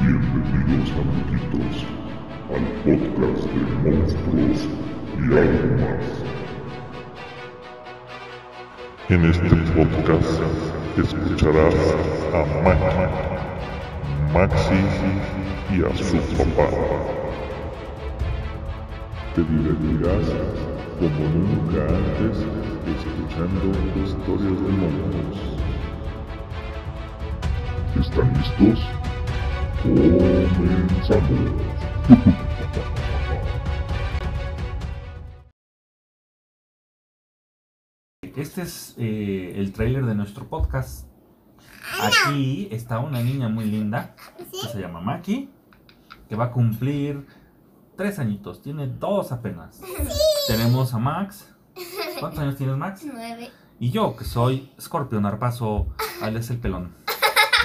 Bienvenidos, amiguitos, al podcast de monstruos y algo más. En este podcast escucharás a Maki, Maxi y a su papá. Te divertirás como nunca antes escuchando historias de monstruos. ¿Están listos? Comenzamos. Este es eh, el tráiler de nuestro podcast. Aquí está una niña muy linda que se llama Maki, que va a cumplir tres añitos. Tiene dos apenas. Tenemos a Max. ¿Cuántos años tienes, Max? Nueve. Y yo, que soy Scorpio Narpazo, alias el pelón.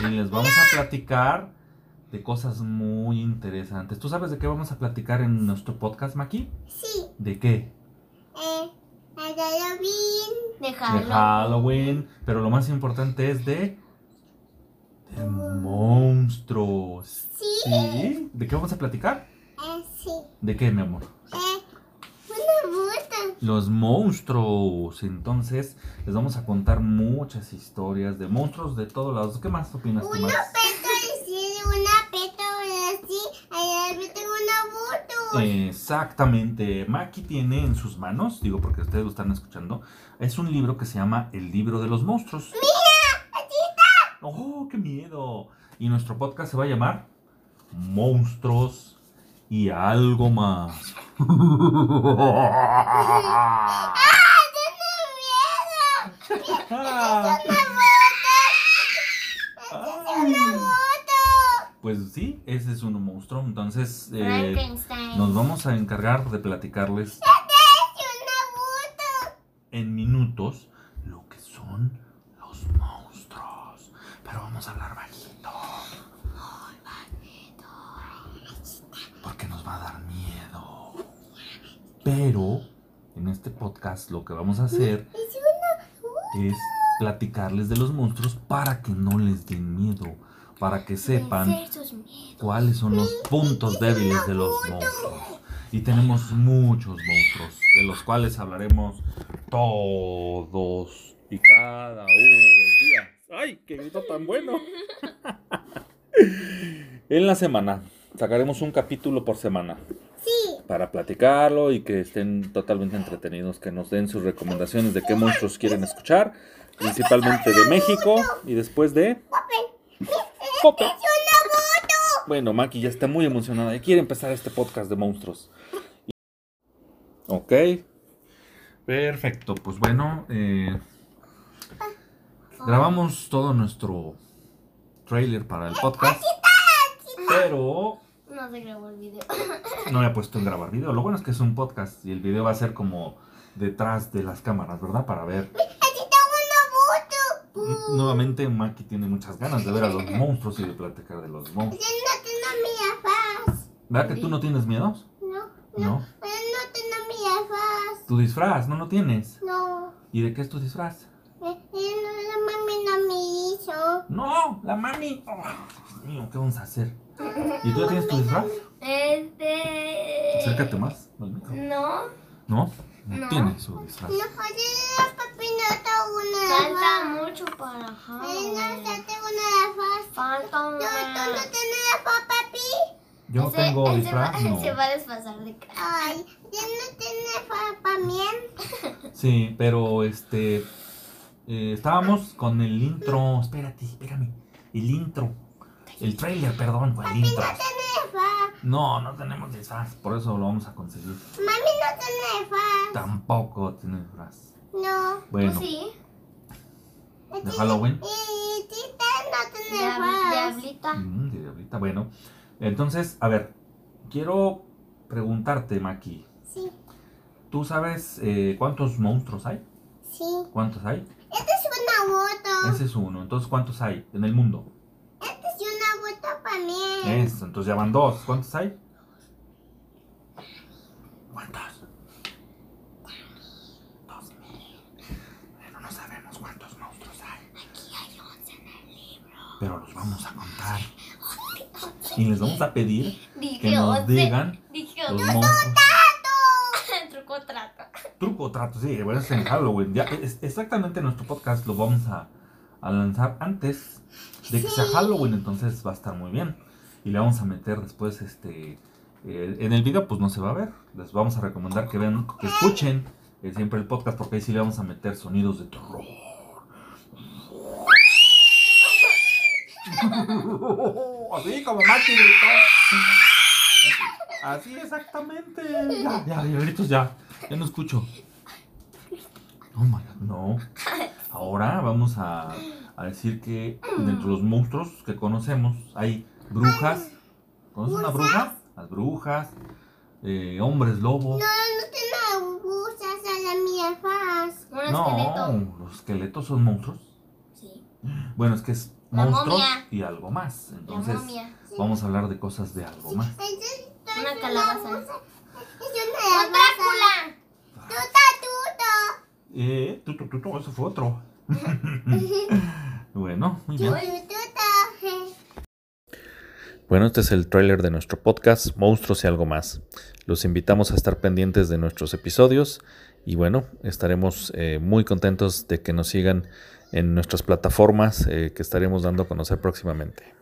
Y les vamos a platicar de cosas muy interesantes. ¿Tú sabes de qué vamos a platicar en nuestro podcast, Maki? Sí. ¿De qué? Eh, de Halloween. De de Halloween, pero lo más importante es de, de monstruos. Sí. ¿Sí? ¿De qué vamos a platicar? Eh, sí. ¿De qué, mi amor? Eh, una bolsa. Los monstruos. Entonces, les vamos a contar muchas historias de monstruos de todos lados. ¿Qué más opinas tú, Uno Max? peto y sí, una peto y así. Ahí yo tengo una bulto. Exactamente. Maki tiene en sus manos, digo porque ustedes lo están escuchando, es un libro que se llama El libro de los monstruos. ¡Oh, qué miedo! Y nuestro podcast se va a llamar Monstruos y algo más. ¡Ah, tengo miedo! ¡Es una bota! ¡Es una bota! Pues sí, ese es un monstruo. Entonces eh, Frankenstein. nos vamos a encargar de platicarles ¡Es una bota! en minutos lo que son los monstruos. Pero vamos a hablar bajito. Porque nos va a dar miedo. Pero en este podcast lo que vamos a hacer ¡Es una bota! es platicarles de los monstruos para que no les den miedo. Para que sepan Vencer sus miedos. cuáles son los puntos débiles de los monstruos. Y tenemos muchos monstruos, de los cuales hablaremos todos y cada uno de los días. ¡Ay, qué grito tan bueno! en la semana sacaremos un capítulo por semana Sí. para platicarlo y que estén totalmente entretenidos, que nos den sus recomendaciones de qué monstruos quieren escuchar, principalmente de México y después de... Pope. Bueno, Maki ya está muy emocionada y quiere empezar este podcast de monstruos. Ok. Perfecto, pues bueno, eh, grabamos todo nuestro trailer para el podcast, pero No se grabó el video. no le he puesto en grabar video. Lo bueno es que es un podcast y el video va a ser como detrás de las cámaras, ¿verdad? Para ver. Aquí tengo una N- moto. Nuevamente Maki tiene muchas ganas de ver a los monstruos y de platicar de los monstruos. Yo no tengo mi afaz. ¿Verdad que tú no tienes miedos? No, no. No. Yo Eh, no tengo mi afaz. Tu disfraz, no lo tienes. No. ¿Y de qué es tu disfraz? Eh, eh, no, la mami no me hizo. No, la mami. Oh, Dios mío, ¿qué vamos a hacer? ¿Y tú ya tienes tu disfraz? Este. Acércate más. al micro. No. No, no No. tiene su disfraz. No, porque la papi no tengo una Falta afaz. mucho para Eh, no, Halloween. yo tengo una afaz. Falta No, tú no una. tienes afaz, papi. Yo no Ese- tengo él se va- disfraz, él no. Se va a desfrazar de cara. Ay, yo no tengo afaz, también. Sí, pero este. eh, estábamos con el intro. Espérate, espérame. El intro. El trailer, perdón, con el intro. Afaz. No, no tenemos disfraz. Por eso lo vamos a conseguir. Mami no tiene afaz. Tampoco tiene disfraz. No. eh, Bueno, Pues sí, de Halloween. Y Tita eh, no tiene diabl- afaz. diablita. Mm, de ahorita, bueno. Entonces, a ver. Quiero preguntarte, Maki. Sí, ¿Tú sabes eh, cuántos monstruos hay? sí. ¿Cuántos hay? Esta es una moto. Ese es uno. Entonces, ¿cuántos hay en el mundo? Esta es una moto para mí. Eso, entonces ya van dos. ¿Cuántos hay? ¿Cuántos? Dos mil. Bueno, no sabemos cuántos monstruos hay. Aquí hay once en el libro. Pero los vamos a contar. Y les vamos a pedir Dije, que nos once. digan Dije, los once. monstruos. Truco o trato. Truco o trato, sí, bueno, es en Halloween. Ya, es- exactamente nuestro podcast lo vamos a, a lanzar antes de que sea Halloween, entonces va a estar muy bien. Y le vamos a meter después, este, eh, en el video pues no se va a ver. Les vamos a recomendar que vean, que escuchen eh, siempre el podcast porque ahí sí le vamos a meter sonidos de terror. Así como Mati gritó. Así exactamente. Ya, ya, ya, gritos ya. Ya no escucho. Oh my god, no. Ahora vamos a, a decir que dentro de los monstruos que conocemos hay brujas. ¿Conoces una bruja? Las brujas, eh, hombres lobo. No, no te la usas a la mía faz. Un esqueleto. los esqueletos son monstruos. Sí. Bueno, es que es La monstruos momia. y algo más. Entonces, La momia. vamos a hablar de cosas de algo más. Entonces, Una calabaza. es una ¡Un calabaza. Drácula! Tuta, Eh, tu, tu, tu, tu, eso fue otro. tuto. Bueno, muy bien. Tutututa. Bueno, este es el tráiler de nuestro podcast Monstruos y algo más. Los invitamos a estar pendientes de nuestros episodios y bueno, estaremos eh, muy contentos de que nos sigan en nuestras plataformas eh, que estaremos dando a conocer próximamente.